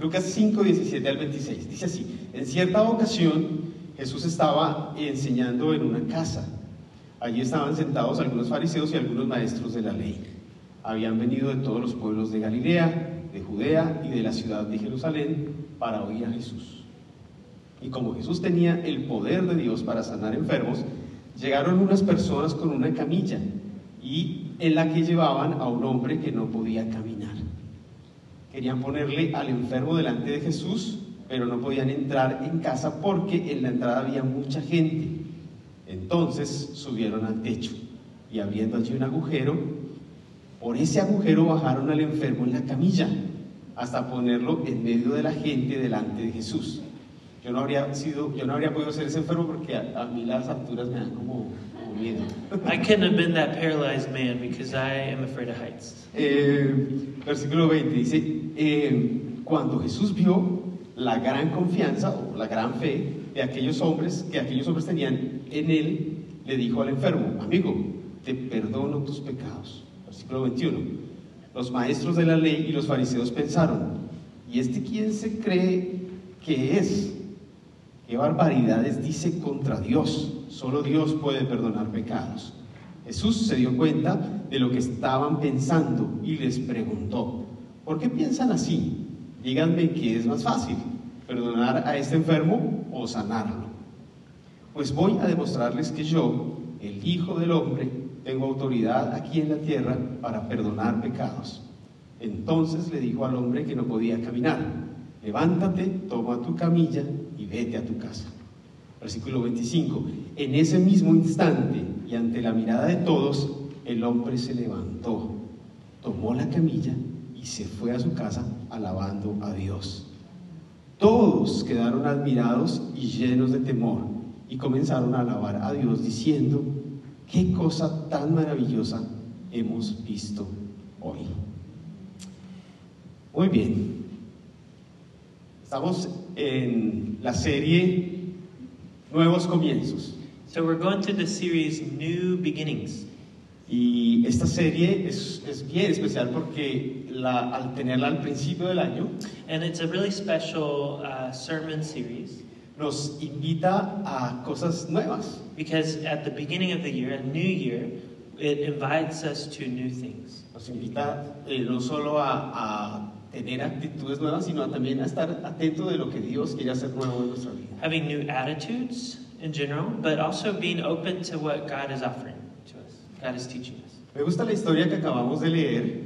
Lucas 5, 17 al 26. Dice así, en cierta ocasión Jesús estaba enseñando en una casa. Allí estaban sentados algunos fariseos y algunos maestros de la ley. Habían venido de todos los pueblos de Galilea, de Judea y de la ciudad de Jerusalén para oír a Jesús. Y como Jesús tenía el poder de Dios para sanar enfermos, llegaron unas personas con una camilla y en la que llevaban a un hombre que no podía caminar. Querían ponerle al enfermo delante de Jesús, pero no podían entrar en casa porque en la entrada había mucha gente. Entonces subieron al techo y abriendo allí un agujero, por ese agujero bajaron al enfermo en la camilla hasta ponerlo en medio de la gente delante de Jesús. Yo no habría sido, yo no habría podido ser ese enfermo porque a, a mí las alturas me dan como, como miedo. I couldn't have been that paralyzed man because I am afraid of heights. Eh, versículo 20 dice, eh, cuando Jesús vio la gran confianza o la gran fe de aquellos hombres que aquellos hombres tenían en él, le dijo al enfermo, amigo, te perdono tus pecados. Versículo 21. Los maestros de la ley y los fariseos pensaron, ¿y este quién se cree que es? ¿Qué barbaridades dice contra Dios? Solo Dios puede perdonar pecados. Jesús se dio cuenta de lo que estaban pensando y les preguntó, ¿por qué piensan así? Díganme qué es más fácil, perdonar a este enfermo o sanarlo. Pues voy a demostrarles que yo, el Hijo del Hombre, tengo autoridad aquí en la tierra para perdonar pecados. Entonces le dijo al hombre que no podía caminar, levántate, toma tu camilla y vete a tu casa. Versículo 25. En ese mismo instante y ante la mirada de todos, el hombre se levantó, tomó la camilla y se fue a su casa alabando a Dios. Todos quedaron admirados y llenos de temor y comenzaron a alabar a Dios diciendo, qué cosa tan maravillosa hemos visto hoy. Muy bien, estamos en la serie Nuevos Comienzos So we're going through the series New Beginnings. y esta serie es, es bien especial porque la- al tenerla al principio del año And it's a really special uh, sermon series nos invita a cosas nuevas. because at the beginning of the year, a new year, it invites us to new things. Nos invita eh, no solo a, a tener actitudes nuevas, sino a también a estar atento de lo que Dios quiere hacer nuevo en nuestra vida. Having new attitudes in general, but also being open to what God is offering to us, God is teaching us. Me gusta la historia que acabamos de leer,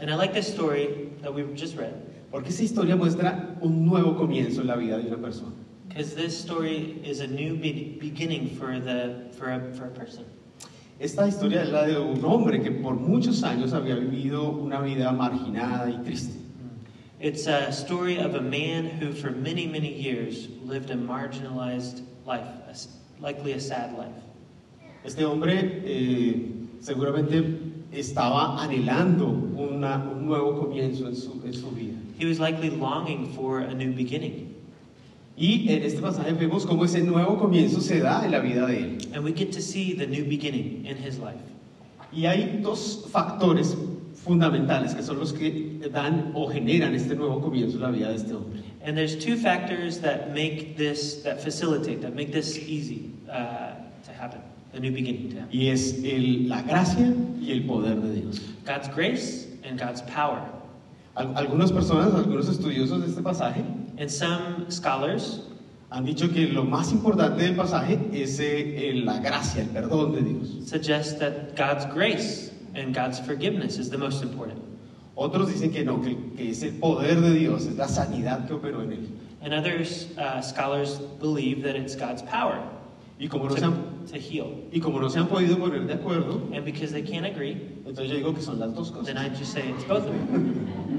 And I like this story that we just read porque esa historia muestra un nuevo comienzo en la vida de una persona. because this story is a new be- beginning for, the, for, a, for a person. Esta historia es la de un hombre que por muchos años había vivido una vida marginada y triste. It's a story of a man who, for many, many years, lived a marginalized life, a s likely a sad life. Este hombre eh, seguramente estaba anhelando una- un nuevo comienzo en su, en su vida. He was likely longing for a new beginning. Y en este pasaje vemos cómo ese nuevo comienzo se da en la vida de él. And we get to see the new beginning in his life. Y hay dos factores fundamentales que son los que dan o generan este nuevo comienzo en la vida de este hombre. And there's two factors that make this, that facilitate, that make this easy uh, to happen, the new beginning to happen Y es el- la gracia y el poder de Dios. God's grace and God's power. Al- algunas personas, algunos estudiosos de este pasaje, And some scholars han dicho que lo más importante del pasaje es eh, eh, la gracia, el perdón de Dios. suggest that God's grace and God's forgiveness is the most important. Otros dicen que no, que, que es el poder de Dios, es la sanidad que operó en él. And others uh, scholars believe that it's God's power Y como, no se han, to, to heal. y como no se han podido poner de acuerdo, And because they can't agree, entonces yo digo que son las dos cosas. then I just say it's both of them.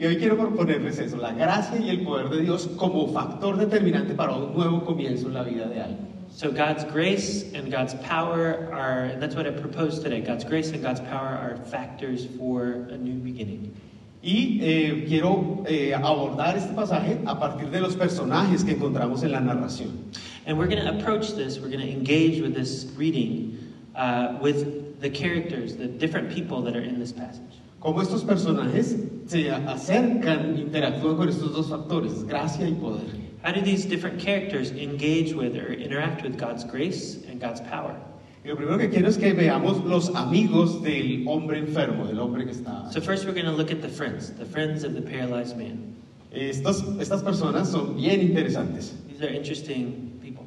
Y hoy quiero proponerles eso, la gracia y el poder de Dios como factor determinante para un nuevo comienzo en la vida de alguien. So God's grace and God's power are, and that's what I proposed today. God's grace and God's power are factors for a new beginning. Y eh, quiero eh, abordar este pasaje a partir de los personajes que encontramos en la narración. And we're going to approach this, we're going to engage with this reading uh, with the characters, the different people that are in this passage. Cómo estos personajes se acercan, interactúan con estos dos factores, gracia y poder. How do these different characters engage with or interact with God's grace and God's power? Y lo primero que quiero es que veamos los amigos del hombre enfermo, del hombre que está... So, first, we're going to look at the friends, the friends of the paralyzed man. Estas, estas personas son bien interesantes. These are interesting people.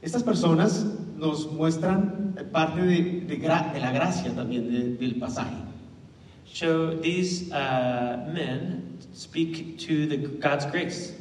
Estas personas nos muestran parte de, de gra- de la gracia también de- del pasaje. So, these uh, men speak to the, God's grace.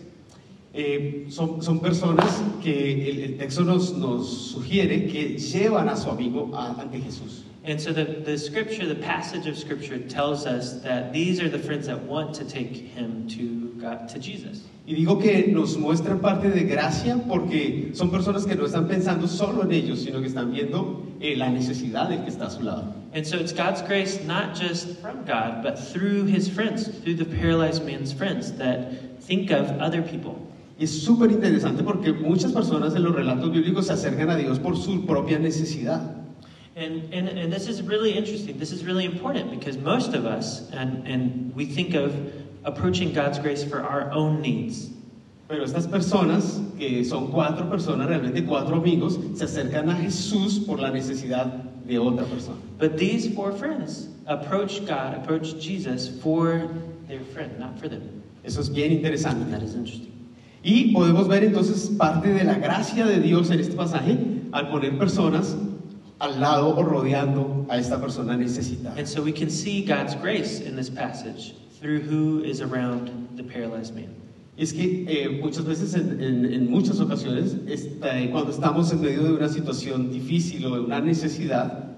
Eh, son, son personas que el, el texto nos, nos sugiere que llevan a su amigo a- ante Jesús. And so, the, the scripture, the passage of scripture tells us that these are the friends that want to take him to, God, to Jesus. Y digo que nos muestran parte de gracia porque son personas que no están pensando solo en ellos, sino que están viendo eh, la necesidad del que está a su lado. And so it's God's grace, not just from God, but through his friends, through the paralyzed man's friends that think of other people. Y es súper interesante porque muchas personas en los relatos bíblicos se acercan a Dios por su propia necesidad. And, and, and this is really interesting. This is really important because most of us, and, and we think of approaching God's grace for our own needs. Pero estas personas, que son cuatro personas, realmente cuatro amigos, se acercan a Jesús por la necesidad de otra persona. But these four friends approach God, approach Jesus for their friend, not for them. Eso es bien interesante. That is interesting. Y podemos ver entonces parte de la gracia de Dios en este pasaje al poner personas al lado o rodeando a esta persona necesitada. And so we can see God's grace in this passage through who is around the paralyzed man. Y es que eh, muchas veces, en, en- en muchas ocasiones, esta- eh, cuando estamos en medio de una situación difícil o de una necesidad,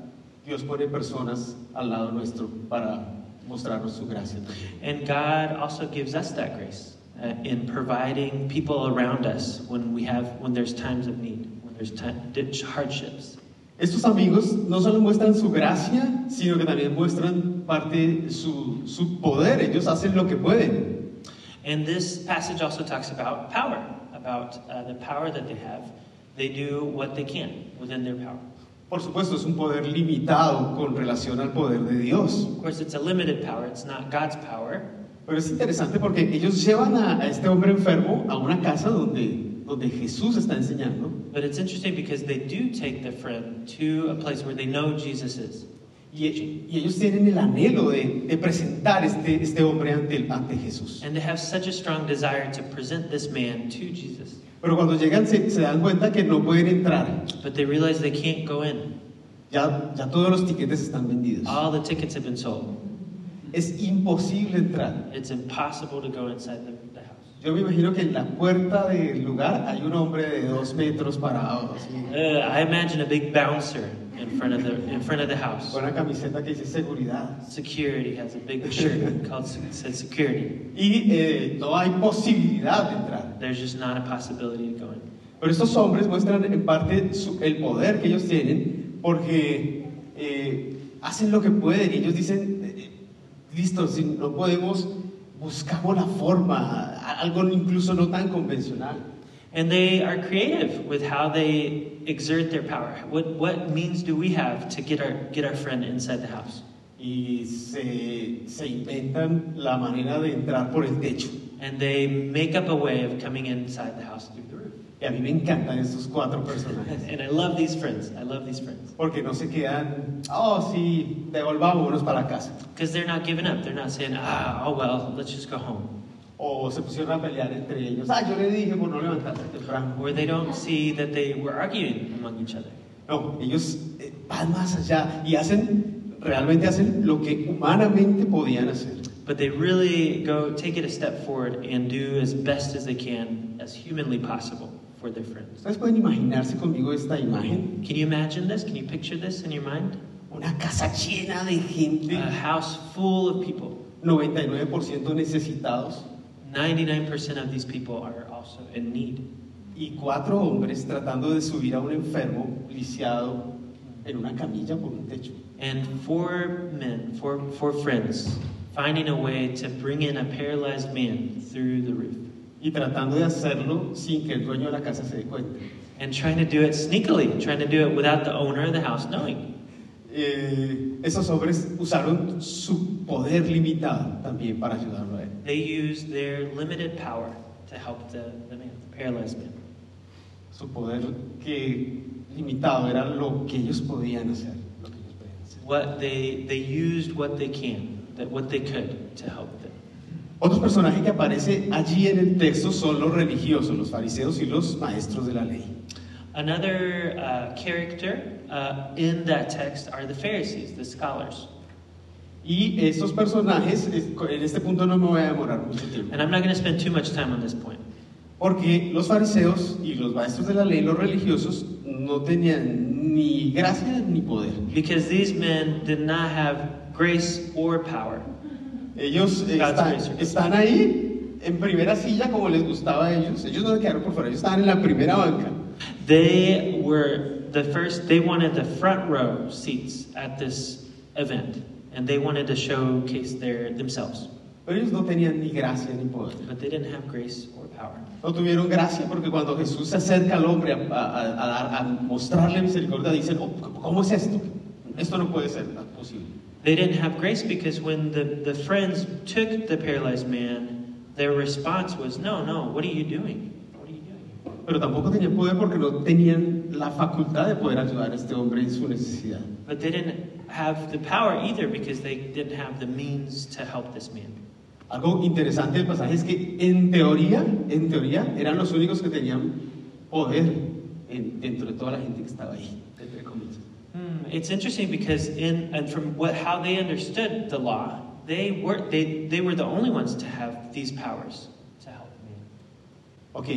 Dios pone personas al lado nuestro para mostrarnos su gracia. And God also gives us that grace uh, in providing people around us when we have when there's times of need, when there's time, ditch hardships. Estos amigos no solo muestran su gracia, sino que también muestran parte su, su poder. Ellos hacen lo que pueden. And this passage also talks about power, about uh, the power that they have. They do what they can within their power. Por supuesto, es un poder limitado con relación al poder de Dios. Of course, it's a limited power. It's not God's power. Pero es interesante porque ellos llevan a, a este hombre enfermo a una casa donde, donde Jesús está enseñando. But it's interesting because they do take their friend to a place where they know Jesus is. Y, e- y ellos tienen el anhelo de, de presentar este, este hombre ante, ante Jesús. And they have such a strong desire to present this man to Jesus. Pero cuando llegan se, se dan cuenta que no pueden entrar. But they realize they can't go in. Ya, ya todos los tiquetes están vendidos. All the tickets have been sold. Es imposible entrar. It's impossible to go inside the, the house. Yo me imagino que en la puerta del lugar hay un hombre de dos metros parado, así, Uh, I imagine a big bouncer in front of the in front of the house. con una camiseta que dice seguridad. Security has a big shirt called se- said security. y eh, no hay posibilidad de entrar. There's just not a possibility to go in. Pero estos hombres muestran en parte su- el poder que ellos tienen porque eh, hacen lo que pueden y ellos dicen, eh, listo, si no podemos, buscamos la forma, a- algo incluso no tan convencional. And they are creative with how they exert their power. What what means do we have to get our get our friend inside the house? Y se, se inventan la manera de entrar por el techo. And they make up a way of coming inside the house through the roof. Y a mí me encantan estos cuatro personajes. And I love these friends. I love these friends. Porque no se quedan, oh sí, devolvámonos para casa. Because they're not giving up. They're not saying, ah, oh well, let's just go home. O se pusieron a pelear entre ellos. Ah, yo le dije por no levantarse temprano. Or they don't see that they were arguing among each other. No, ellos eh, van más allá y hacen, realmente hacen lo que humanamente podían hacer. But they really go take it a step forward and do as best as they can, as humanly possible, for their friends. Ustedes pueden imaginarse conmigo esta imagen. Can you imagine this? Can you picture this in your mind? Una casa llena de gente, A house full of people. 99% necesitados 99% of these people are also in need. y cuatro hombres tratando de subir a un enfermo lisiado en una camilla por un techo. And four men, four, four friends, finding a way to bring in a paralyzed man through the roof. Y tratando de hacerlo sin que el dueño de la casa se dé cuenta. and trying to do it sneakily, trying to do it without the owner of the house knowing. eh, esos hombres usaron su poder limitado también para ayudarlo a él. They used their limited power to help the, the man, the paralyzed man. Su poder que limitado era lo que ellos podían hacer. Lo que ellos podían hacer. What they, they used what they can, that what they could to help them. Otro personaje que aparece allí en el texto son los religiosos, los fariseos y los maestros de la ley. Another uh, character uh, in that text are the Pharisees, the scholars. Y estos personajes, es- en este punto no me voy a demorar mucho tiempo, And I'm not going to spend too much time on this point. porque los fariseos y los maestros de la ley, los religiosos, no tenían ni gracia ni poder. Because these men did not have grace or power. Ellos eh, God's están, grace. están ahí en primera silla como les gustaba a ellos. Ellos no se quedaron por fuera, ellos estaban en la primera banca. They were the first, they wanted the front row seats at this event. And they wanted to showcase their themselves. Pero ellos no tenían ni gracia ni poder. But they didn't have grace or power. No tuvieron gracia porque cuando Jesús se acerca al hombre a, a- a- a dar- a mostrarle misericordia, dicen, "Oh, ¿cómo es esto? Esto no puede ser posible. They didn't have grace because when the, the friends took the paralyzed man, their response was, No, no, what are you doing? What are you doing? Pero tampoco tenían poder porque no tenían la facultad de poder ayudar a este hombre en su necesidad. But they didn't have the power either because they didn't have the means to help this man. Algo interesante del pasaje es que en teoría, en teoría, eran los únicos que tenían poder en- dentro de toda la gente que estaba ahí, entre comillas. Hmm, It's interesting because in and from what how they understood the law, they were they, they were the only ones to have these powers to help the Ok,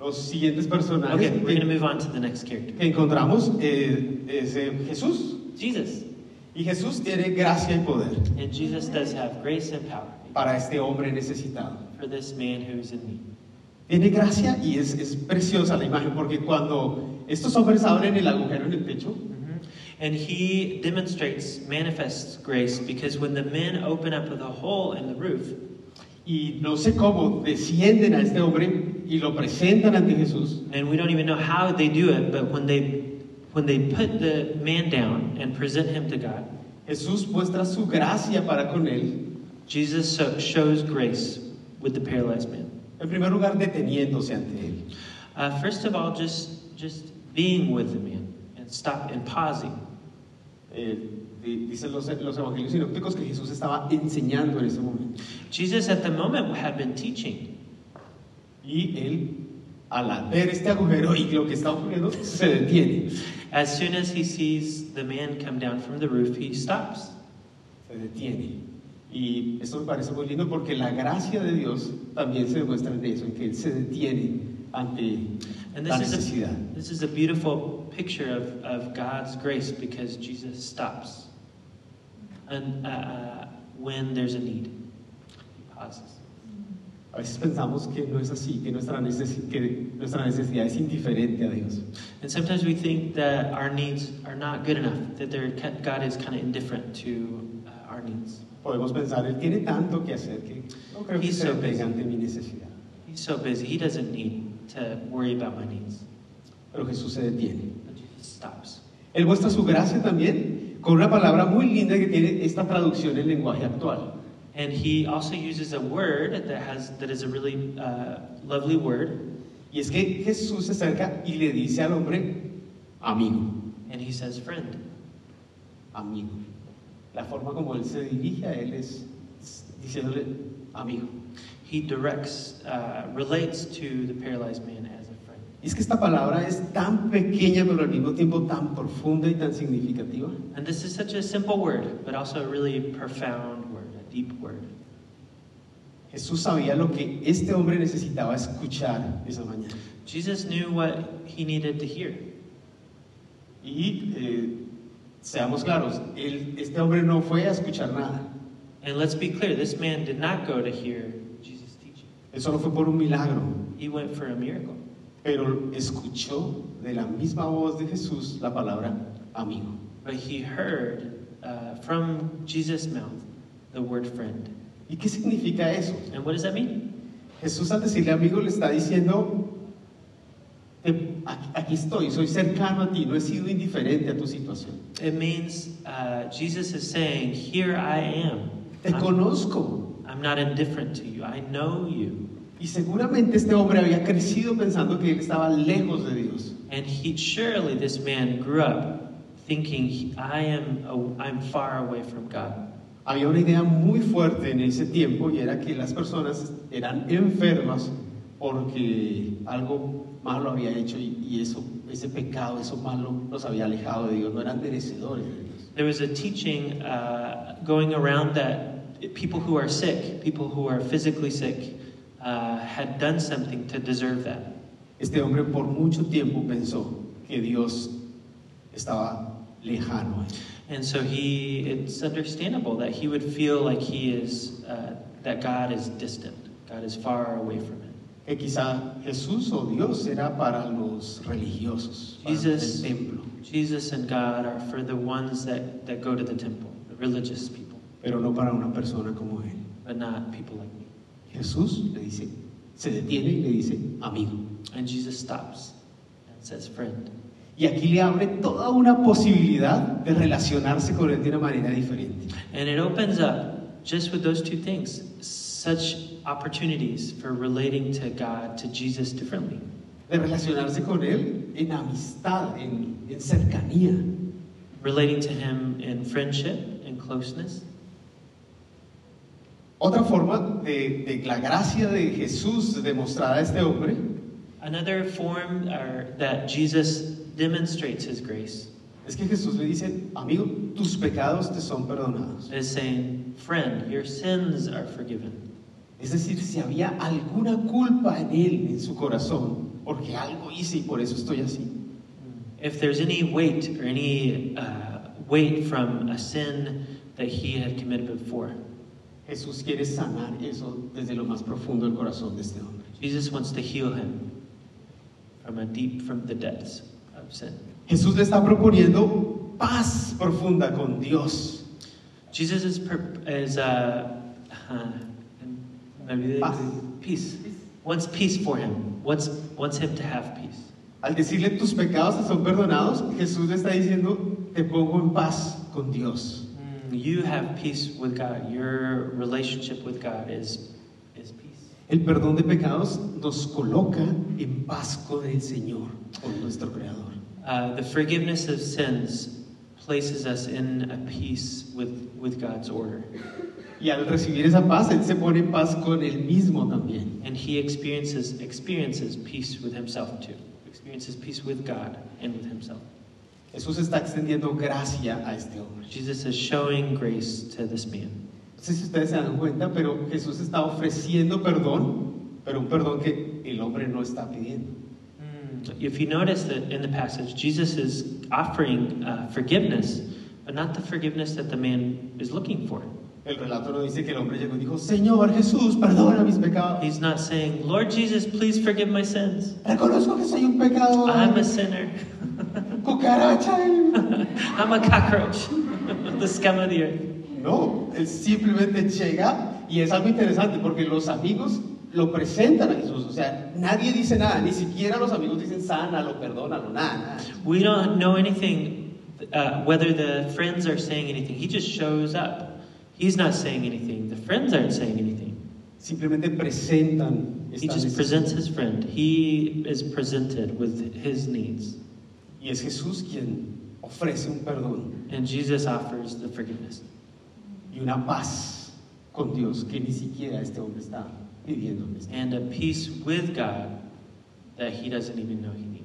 los siguientes man. personajes Okay, we're gonna move on to the next character. que encontramos eh, es eh, Jesús. Jesus. Y Jesús tiene gracia y poder And Jesus does have grace and power para este hombre necesitado. for this man who's in need. Tiene gracia y es, es preciosa la imagen porque cuando estos hombres abren el agujero en el pecho, Mhm. And he demonstrates, manifests grace because when the men open up the hole in the roof, y no sé cómo descienden a este hombre y lo presentan ante Jesús, and we don't even know how they do it, but when they when they put the man down and present him to God, Jesús muestra su gracia para con él, Jesus so, shows grace with the paralyzed man. en primer lugar deteniéndose ante él. Uh, first of all, just just being with the man and stop and pausing. Eh, di- dicen los, los evangelios sinópticos que Jesús estaba enseñando en ese momento. Jesus at the moment had been teaching, Y él, al ver este agujero y lo que está ocurriendo, se detiene. as soon as he sees the man come down from the roof, he stops. se detiene. Y esto me parece muy lindo porque la gracia de Dios también se demuestra en eso, en que Él se detiene ante And la this is a, necesidad. this is a beautiful picture of, of God's grace because Jesus stops and, uh, uh, when there's a need. He pauses. A veces pensamos que no es así, que nuestra, necesi- que nuestra necesidad es indiferente a Dios. And sometimes we think that our needs are not good enough, that they're, ki- God is kind of indifferent to uh, our needs. Podemos pensar, Él tiene tanto que hacer que no creo que He's se so detenga busy. ante mi necesidad. He's so busy, he doesn't need to worry about my needs. Pero Jesús se detiene. But Jesus stops. Él muestra su gracia también con una palabra muy linda que tiene esta traducción en lenguaje actual. And he also uses a word that, has, that is a really uh, lovely word, Y es que Jesús se acerca y le dice al hombre, amigo. and he says, friend. amigo. La forma como él se dirige a él es diciéndole amigo. He directs, uh, relates to the paralyzed man as a friend. Y es que esta palabra es tan pequeña, pero al mismo tiempo tan profunda y tan significativa. And this is such a simple word, but also a really profound word, a deep word. Jesús sabía lo que este hombre necesitaba escuchar esa mañana. Jesus knew what he needed to hear. Y eh, seamos claros, él- este hombre no fue a escuchar nada. And let's be clear this man did not go to hear Jesus' teaching, Él solo fue por un milagro, he went for a miracle. pero escuchó de la misma voz de Jesús la palabra amigo. But he heard uh, from Jesus' mouth the word friend. ¿Y qué significa eso? And what does that mean? Jesús al decirle amigo le está diciendo, te aquí, aquí estoy, soy cercano a ti, no he sido indiferente a tu situación. It means uh, Jesus is saying, Here I am. Te I'm, conozco. I'm not indifferent to you. I know you. Y seguramente este hombre había crecido pensando que él estaba lejos de Dios. And he surely this man grew up thinking he- I am a, I'm far away from God. Había una idea muy fuerte en ese tiempo y era que las personas eran enfermas porque algo malo había hecho y, y eso, ese pecado, eso malo, los había alejado de Dios, no eran merecedores de Dios. There was a teaching uh, going around that people who are sick, people who are physically sick, uh, had done something to deserve that. Este hombre por mucho tiempo pensó que Dios estaba lejano. a él. And so he, it's understandable that he would feel like he is, uh, that God is distant. God is far away from him. Que quizá Jesús o Dios era para los religiosos, para los Jesus, del templo, Jesus and God are for the ones that, that go to the temple, the religious people, pero no para una persona como él. but not people like me. Jesús le dice, se detiene y le dice, amigo. And Jesus stops and says, Friend. Y aquí le abre toda una posibilidad de relacionarse con él de una manera diferente. And it opens up, just with those two things, such opportunities for relating to God, to Jesus differently. De relacionarse con él en amistad, en, en cercanía. Relating to Him in friendship and closeness. Otra forma de, de la gracia de Jesús demostrada a este hombre Another form or, that Jesus demonstrates His grace es que Jesús le dice, amigo, tus pecados te son perdonados. is saying, Friend, your sins are forgiven. Es decir, si había alguna culpa en él, en su corazón, porque algo hice y por eso estoy así, If there's any weight or any uh, weight from a sin that He had committed before, Jesús quiere sanar eso desde lo más profundo del corazón de este hombre. Jesus wants to heal him from a deep from the depths of sin. Jesús le está proponiendo paz profunda con Dios. Jesus is per- is uh, uh, maybe they- Paz. peace. Wants peace for him. Wants wants him to have peace. Al decirle tus pecados te son perdonados, Jesús le está diciendo te pongo en paz con Dios. You have peace with God. Your relationship with God is is peace. El perdón de pecados nos coloca en paz con el Señor, con nuestro Creador. Uh, the forgiveness of sins places us in a peace with with God's order, Y al recibir esa paz, Él se pone en paz con Él mismo también. and He experiences experiences peace with Himself too. Experiences peace with God and with Himself. Jesús está extendiendo gracia a este hombre. Jesus is showing grace to this man. No sé si ustedes se dan cuenta, pero Jesús está ofreciendo perdón, pero un perdón que el hombre no está pidiendo. If you notice that in the passage, Jesus is offering uh, forgiveness, but not the forgiveness that the man is looking for. El relato no dice que el hombre llegó y dijo, Señor Jesús, perdona mis pecados. He's not saying, Lord Jesus, please forgive my sins. Reconozco que soy un pecador. I'm a sinner. Cucaracha. él". I'm a cockroach, the scum of the earth. No, él simplemente llega y es algo interesante porque los amigos lo presentan a Jesús. O sea, nadie dice nada, ni siquiera los amigos dicen sánalo, perdónalo, nada. nada. We don't know anything, uh, whether the friends are saying anything. He just shows up. He's not saying anything. The friends aren't saying anything. Simplemente presentan He esta just necesidad. presents his friend. He is presented with his needs. Y es Jesús quien ofrece un perdón And Jesus offers the forgiveness. y una paz con Dios que ni siquiera este hombre está pidiendo. and a peace with God that he doesn't even know he needs.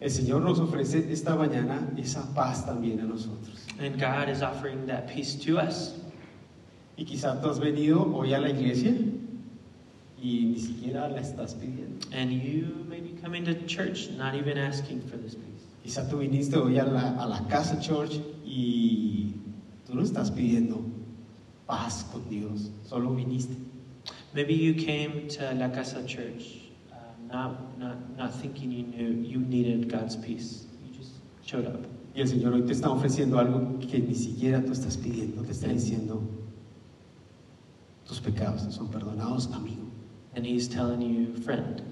El Señor nos ofrece esta mañana esa paz también a nosotros. And God is offering that peace to us. Y quizá tú has venido hoy a la iglesia y ni siquiera la estás pidiendo. And you may be coming to church not even asking for this peace. Quizá tú viniste hoy a la, a la casa church y tú no estás pidiendo paz con Dios, solo viniste. Maybe you came to La Casa Church uh, not, not, not thinking you knew you needed God's peace. You just showed up. Y el Señor hoy te está ofreciendo algo que ni siquiera tú estás pidiendo, te está diciendo, tus pecados te son perdonados, amigo. And he's telling you, friend,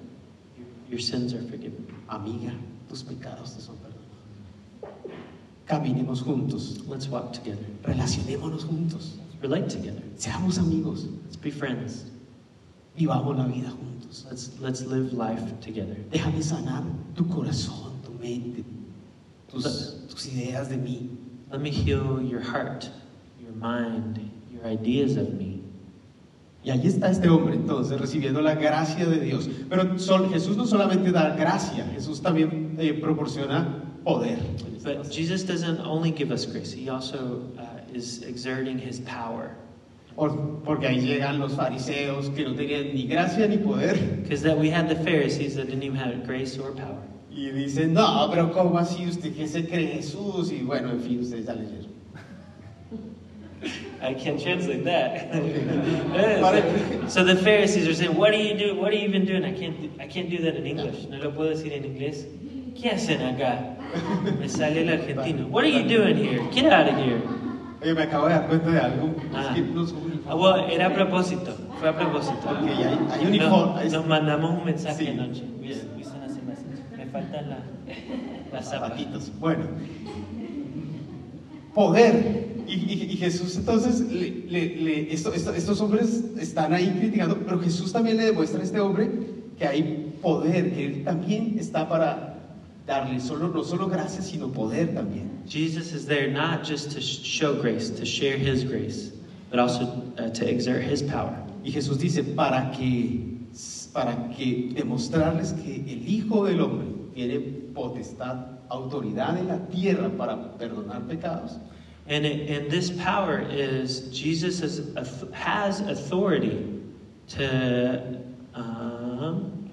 your, Your sins are forgiven. Amiga, tus pecados te son perdonados. Caminemos juntos, Let's walk together. relacionémonos juntos, Relate together. seamos amigos, Let's be friends. vivamos la vida juntos. Let's let's live life together. Déjame sanar tu corazón, tu mente, tus, tus ideas de mí. Let me heal your heart, your mind, your ideas of me. Y ahí está este hombre entonces recibiendo la gracia de Dios. Pero sol- Jesús no solamente da gracia, Jesús también eh, proporciona poder. But Jesus doesn't only give us grace; He also uh, is exerting His power. Por- porque ahí llegan los fariseos que no tenían ni gracia ni poder. Because that we had the Pharisees that didn't even have grace or power, Y dicen, no, pero ¿cómo así usted que se cree Jesús? Y bueno, en fin, ustedes ya leyeron. I can't translate that. Okay. so the Pharisees are saying, "What are you doing? What are you even doing? I can't. Do, I can't do that in English. No lo puedo decir en inglés. ¿Qué hacen acá? Me sale el argentino. What are you doing here? Get out of here." Oye, me acabo de dar cuenta de algo. Ah. Es que nos Ah, bueno, era a propósito. Fue a propósito. Ok, hay- hay uniform- Nos, hay- nos mandamos un mensaje Sí. anoche. We, we sent us a message. Me faltan la, las zapas. zapatitos. Bueno, poder. Y, y- y Jesús entonces, le, le- le- esto- esto- estos hombres están ahí criticando, pero Jesús también le demuestra a este hombre que hay poder, que él también está para darle solo, no solo gracias, sino poder también. Jesus is there not just to sh- show grace, to share his grace, but also uh, to exert his power. Y Jesús dice, para que, para que demostrarles que el Hijo del Hombre tiene potestad, autoridad en la tierra para perdonar pecados. And, it, and this power is Jesus is, auth- has authority to um,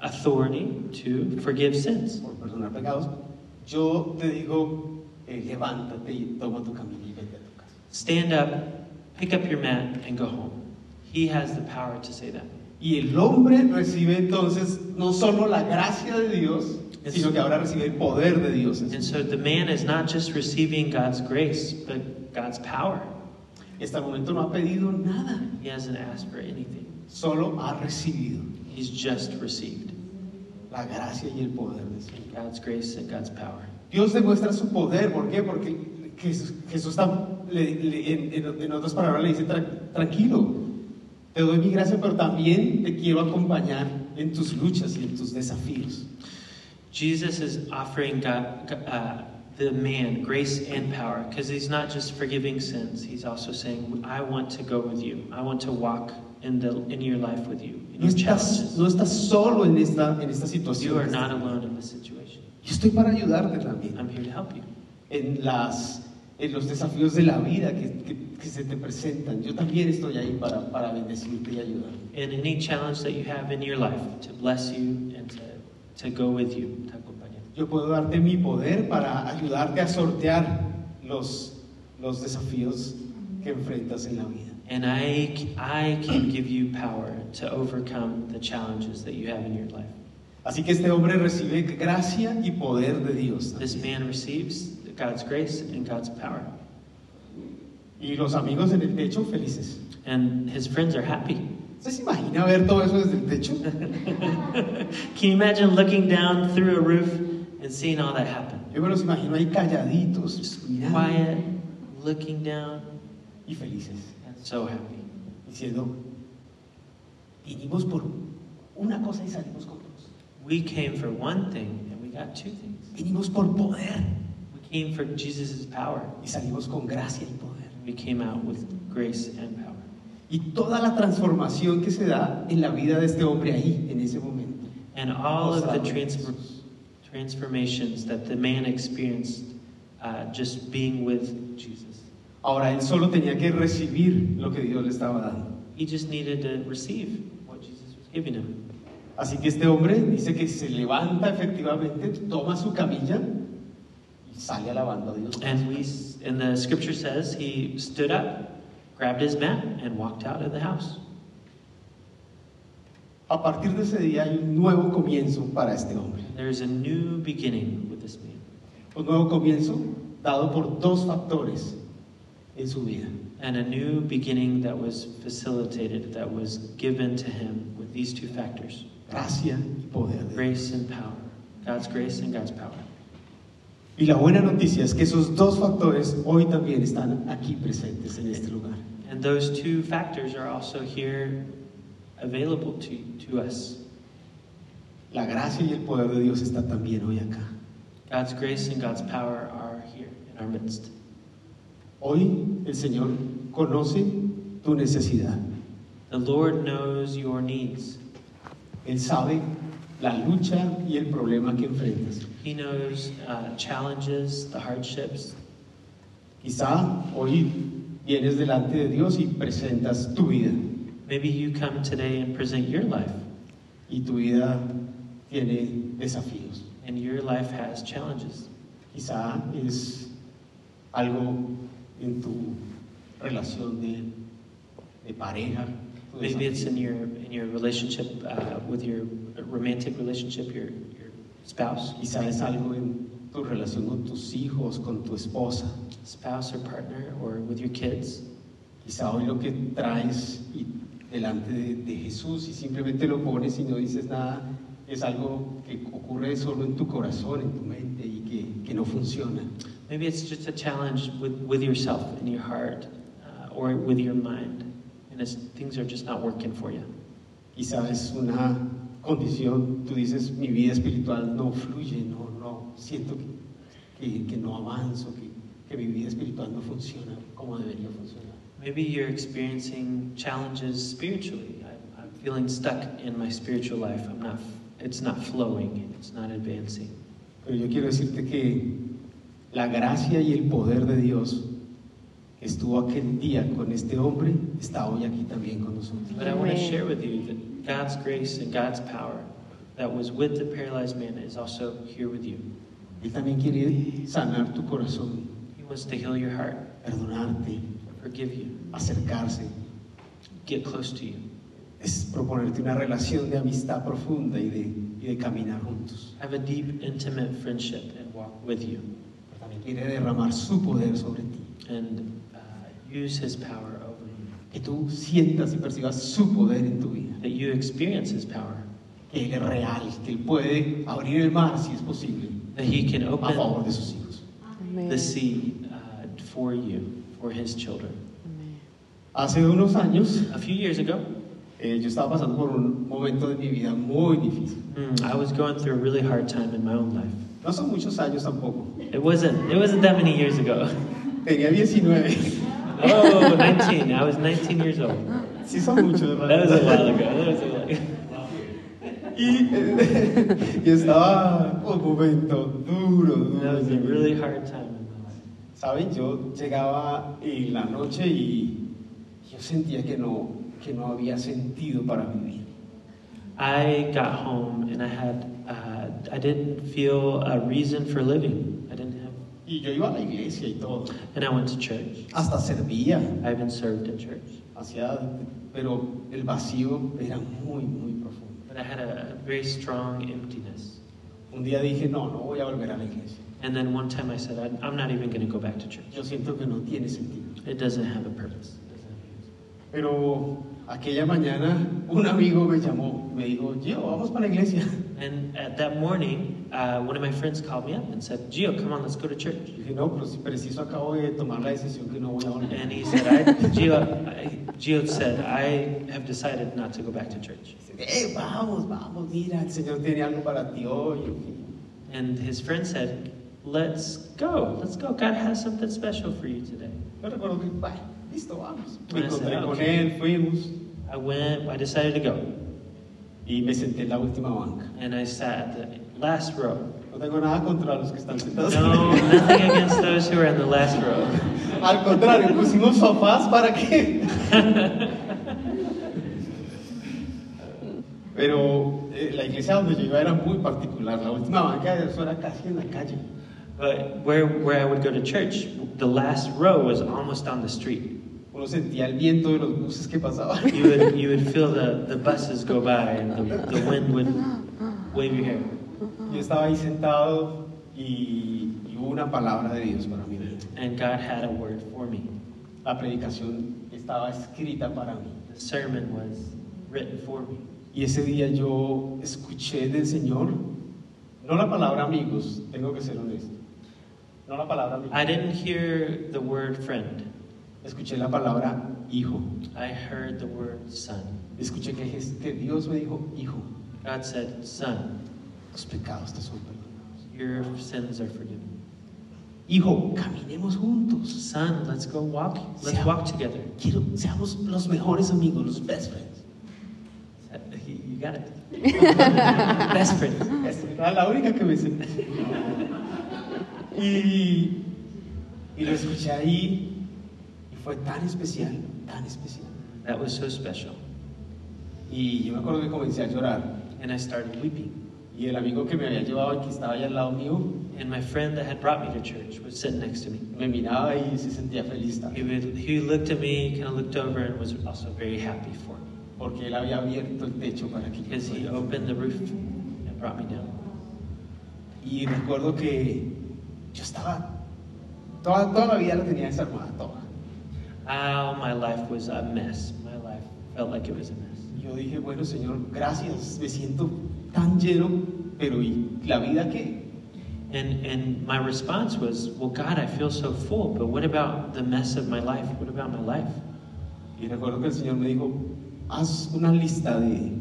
authority to forgive sins. por perdonar pecados, yo te digo, eh, levántate y toma tu camino y vete a tu casa. Stand up, pick up your mat, and go home. He has the power to say that. Y el hombre recibe entonces no solo la gracia de Dios, Es- sino que ahora recibe el poder de Dios. And so the man is not just receiving God's grace, but God's power. Y hasta el este momento no ha pedido nada, He hasn't asked for anything, solo ha recibido he's just received la gracia y el poder de Dios. God's grace and God's power. Dios demuestra su poder, ¿por qué? Porque Jesús, Jesús tam- le- le- en, en- en otras palabras le dice, "Tran- tranquilo, te doy mi gracia, pero también te quiero acompañar en tus luchas y en tus desafíos. Jesus is offering God, uh, the man grace and power because he's not just forgiving sins. He's also saying, I want to go with you. I want to walk in, the, in your life with you, in No your estás, challenges. no estás solo en esta, en esta You situación. are not alone in this situation. Yo estoy para ayudarte también I'm here to help you. en, las, en los desafíos de la vida que, que- que se te presentan. Yo también estoy ahí para, para bendecirte y ayudarte. In any challenge that you have in your life, to bless you and to, to go with you. Te acompaño. Yo puedo darte mi poder para ayudarte a sortear los, los desafíos que enfrentas en la vida. And I, c- I can give you power to overcome the challenges that you have in your life. Así que este hombre recibe gracia y poder de Dios. This man receives God's grace and God's power. Y los amigos en el techo felices. And his friends are happy. ¿Usted se imagina ver todo eso desde el techo? Can you imagine looking down through a roof and seeing all that happen? Yo me los imagino ahí calladitos, Just mirando quiet, looking down, y felices. and so happy. diciendo, vinimos por una cosa y salimos con dos. We came for one thing and we got two things. Vinimos por poder We came for Jesus' power. y salimos con gracia y poder. and We came out with grace and power. Y toda la transformación que se da en la vida de este hombre ahí, en ese momento. And all of the Mostrado. transfer- transformations that the man experienced uh, just being with Jesus. Ahora él solo tenía que recibir lo que Dios le estaba dando. He just needed to receive what Jesus was giving him. Así que este hombre dice que se levanta efectivamente, toma su camilla y sale alabando a Dios. And we, and the scripture says he stood up, grabbed his mat, and walked out of the house. A partir de ese día hay un nuevo comienzo para este hombre. There is a new beginning with this man. Un nuevo comienzo dado por dos factores. en su vida. and a new beginning that was facilitated, that was given to him with these two factors Gracia y poder. de Dios. grace and power. God's grace and God's power. Y la buena noticia es que esos dos factores hoy también están aquí presentes en este lugar. And those two factors are also here available to, to us. La gracia y el poder de Dios está también hoy acá. God's grace and God's power are here in our midst. Hoy el Señor conoce tu necesidad. The Lord knows your needs, Él sabe la lucha y el problema que enfrentas. He knows uh, challenges, the hardships. Quizá hoy vienes delante de Dios y presentas tu vida. Maybe you come today and present your life, Y tu vida tiene desafíos. and your life has challenges. Quizá es algo en tu relación de, de pareja. tu Maybe it's desafío. in your in your relationship uh, with your romantic relationship, your your spouse, Quizá es algo en tu relación con tus hijos, con tu esposa. spouse or partner, or with your kids. Quizá hoy lo que traes y- delante de, de Jesús y simplemente lo pones y no dices nada es algo que ocurre solo en tu corazón, en tu mente y que, que no funciona. Maybe it's just a challenge with with yourself in your heart, uh, or with your mind, and it's, things are just not working for you. Quizá es una condición, tú dices, mi vida espiritual no fluye, no, no, siento que, que- que no avanzo, que, que mi vida espiritual no funciona como debería funcionar. Maybe you're experiencing challenges spiritually. I'm, I'm feeling stuck in my spiritual life. I'm not. It's not flowing. It's not advancing. Pero yo quiero decirte que la gracia y el poder de Dios que estuvo aquel día con este hombre está hoy aquí también con nosotros. But I want to Amen. share with you that God's grace and God's power that was with the paralyzed man is also here with you. Él también quiere sanar tu corazón, He wants to heal your heart, perdonarte, forgive you, acercarse, get close to you, es proponerte una relación de amistad profunda y de, y de caminar juntos. have a deep, intimate friendship and walk with you, Pero también quiere derramar su poder sobre ti, and uh, use His power over you. que tú sientas y percibas su poder en tu vida, That you experience His power, que Él es real, que Él puede abrir el mar si es posible that He can a favor open de sus hijos. Amén. the sea uh, for you, for His children. Amén. Hace unos años A few years ago, eh, yo estaba pasando por un momento de mi vida muy difícil. mm, I was going through a really hard time in my own life. No son muchos años tampoco. It wasn't. It wasn't that many years ago. Tenía 19. Oh, 19. I was 19 years old. Sí son muchos, That ¿verdad? was a while ago. That was a while ago. Y, eh, y estaba un momento duro, That duro. was a really hard time in my life. Saben, yo llegaba en la noche y yo sentía que no, que no había sentido para vivir. I got home and I had, uh, I didn't feel a reason for living. I didn't have, Y yo iba a la iglesia y todo. and I went to church. Hasta servía. I even served at church. Hacía, pero el vacío era muy, muy profundo. But I had a, a very strong emptiness. Un día dije, no, no voy a volver a la iglesia. And then one time I said, I, I'm not even going to go back to church. Yo siento que no tiene sentido. It doesn't have a purpose. It doesn't have a use. Pero aquella mañana un amigo me llamó, me dijo, yo, vamos para la iglesia. And at that morning, uh, one of my friends called me up and said, Gio, come on, let's go to church. Yo dije, no, pero si preciso acabo de tomar la decisión que no voy a volver. And he said, I, Gio, I, Gio said, I have decided not to go back to church. Dice, eh, vamos, vamos, mira, el Señor tiene algo para ti hoy. en fin. And his friend said, Let's go, let's go. God has something special for you today. Yo recuerdo que, "Bueno, listo, vamos. Me Ah, encontré será, con ok. él, fuimos I went, I decided to go. y me senté en la última banca. And I sat at the last row. No tengo nada contra los que están sentados. No, nothing against those who are in the last row. Al contrario, pusimos sofás para que. Pero eh, la iglesia donde yo iba era muy particular. La última banca de eso era casi en la calle. But where, where I would go to church, the last row was almost on the street. Uno sentía el viento de los buses que pasaban. You would, you would feel the, the buses go by and the, the wind would wave your hair. Yo estaba ahí sentado y, y hubo una palabra de Dios para mí. And God had a word for me. la predicación estaba escrita para mí. The sermon was written for me. Y ese día yo escuché del Señor, no la palabra amigos, tengo que ser honesto, no la palabra I amigos, didn't hear the word friend. escuché la palabra hijo. I heard the word son. Escuché que, Jes- que Dios me dijo, hijo, God said, Son, los pecados te son perdonados. your sins are forgiven. Hijo, caminemos juntos. Son, let's go walk. Let's Yeah. walk together. Quiero, seamos los mejores amigos, los best friends. You you got it. Best friend. Esa Era la única que me sé. Y, y lo escuché ahí y fue tan especial, tan especial. That was so special. Y yo me acuerdo que comencé a llorar. And I started weeping. Y el amigo que me había llevado, que estaba ahí al lado mío, And my friend that had brought me to church was sitting next to me. me miraba y se sentía feliz He, también. would, he looked at me, kind of looked over, and was also very happy for me Porque él había abierto el techo para que yo because he fuera. opened the roof and brought me down. Y recuerdo que yo estaba, toda, toda la vida la tenía desarmada, toda. Oh, my life was a mess. My life felt like it was a mess. Y Yo dije, bueno Señor, gracias, me siento tan lleno, pero ¿y la vida qué? And, and my response was, Well, God, I feel so full, but what about the mess of my life? What about my life? Y recuerdo que el Señor me dijo, haz una lista de,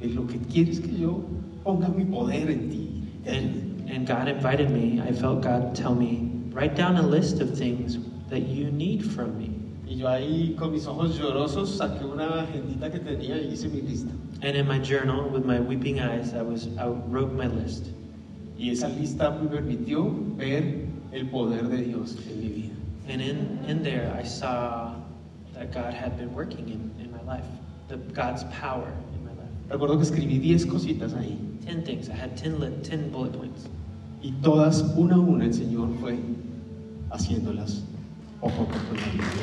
de lo que quieres que yo ponga mi poder en ti. te ayude". And, and God invited me. I felt God tell me, Write down a list of things that you need from me. Y yo ahí con mis ojos llorosos saqué una agendita que tenía y hice mi lista. And in my journal, with my weeping eyes, I, was, I wrote my list. Y esa lista me permitió ver el poder de Dios en mi vida. And in, in there, I saw that God had been working in, in my life, the, God's power in my life. Recuerdo que escribí 10 cositas ahí. 10 things. I had 10, li- 10 bullet points. Y todas una a una el Señor fue haciéndolas poco a poco. en la vida.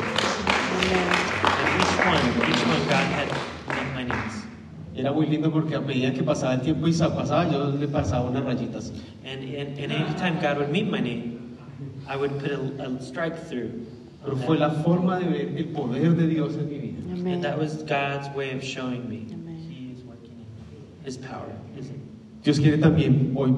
And each one, each one, God had met my needs. Era muy lindo porque a medida que pasaba el tiempo y sa- pasaba, yo le pasaba unas rayitas. And, and, and anytime God would meet my need, I would put a, a strike through. Pero fue la forma de ver el poder de Dios en mi vida. And that was God's way of showing me Amen. He is working in me. His power is in me. Dios quiere también hoy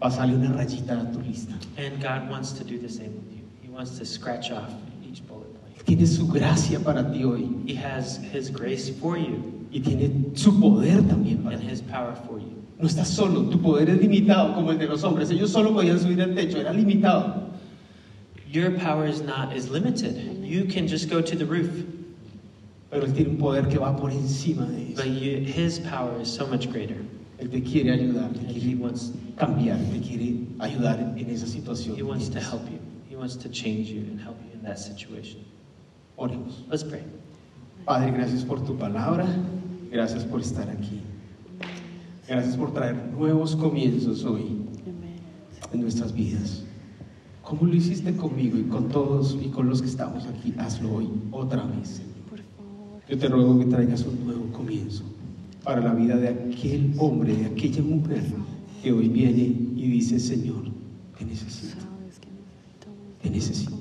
pasarle una rayita a tu lista. And God wants to do the same with you. He wants to scratch off each bullet point. Él tiene su gracia para ti hoy He has His grace for you y tiene su poder también para and ti. His power for you. No estás solo, tu poder es limitado como el de los hombres. Ellos solo podían subir al techo, era limitado. Your power is not is limited. You can just go to the roof, Pero Él tiene un poder que va por encima de eso. but you, His power is so much greater. Él te quiere ayudar, te And He quiere wants cambiar, te quiere ayudar en esa situación. He wants to help you. He wants to change you and help you in that situation. Oremos. Let's pray. Padre, gracias por tu palabra, gracias por estar aquí. Gracias por traer nuevos comienzos hoy en nuestras vidas. Como lo hiciste conmigo y con todos y con los que estamos aquí, hazlo hoy otra vez, Señor. Yo te ruego que traigas un nuevo comienzo para la vida de aquel hombre, de aquella mujer que hoy viene y dice, Señor, te necesito. Te necesito.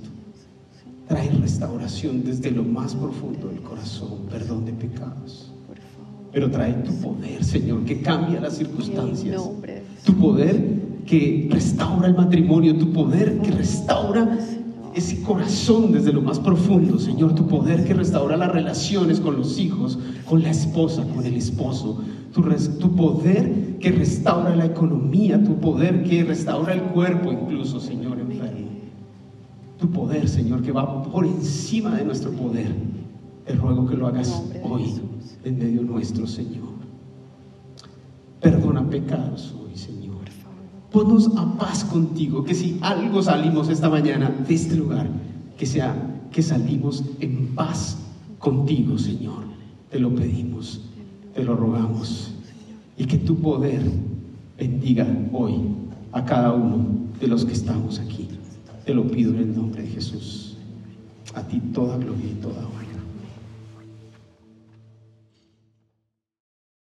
Trae restauración desde lo más profundo del corazón, perdón de pecados. Pero trae tu poder, Señor, que cambia las circunstancias. Tu poder que restaura el matrimonio, tu poder que restaura ese corazón desde lo más profundo, Señor, tu poder que restaura las relaciones con los hijos, con la esposa, con el esposo, tu, res- tu poder que restaura la economía, tu poder que restaura el cuerpo incluso, Señor, enfermo. Tu poder, Señor, que va por encima de nuestro poder. Te ruego que lo hagas nombre de hoy Jesús. en medio nuestro, Señor. Perdona pecados hoy, Señor. Ponnos a paz contigo, que si algo salimos esta mañana de este lugar, que sea que salimos en paz contigo, Señor. Te lo pedimos, te lo rogamos. Y que tu poder bendiga hoy a cada uno de los que estamos aquí. Te lo pido en el nombre de Jesús. A ti toda gloria y toda honra.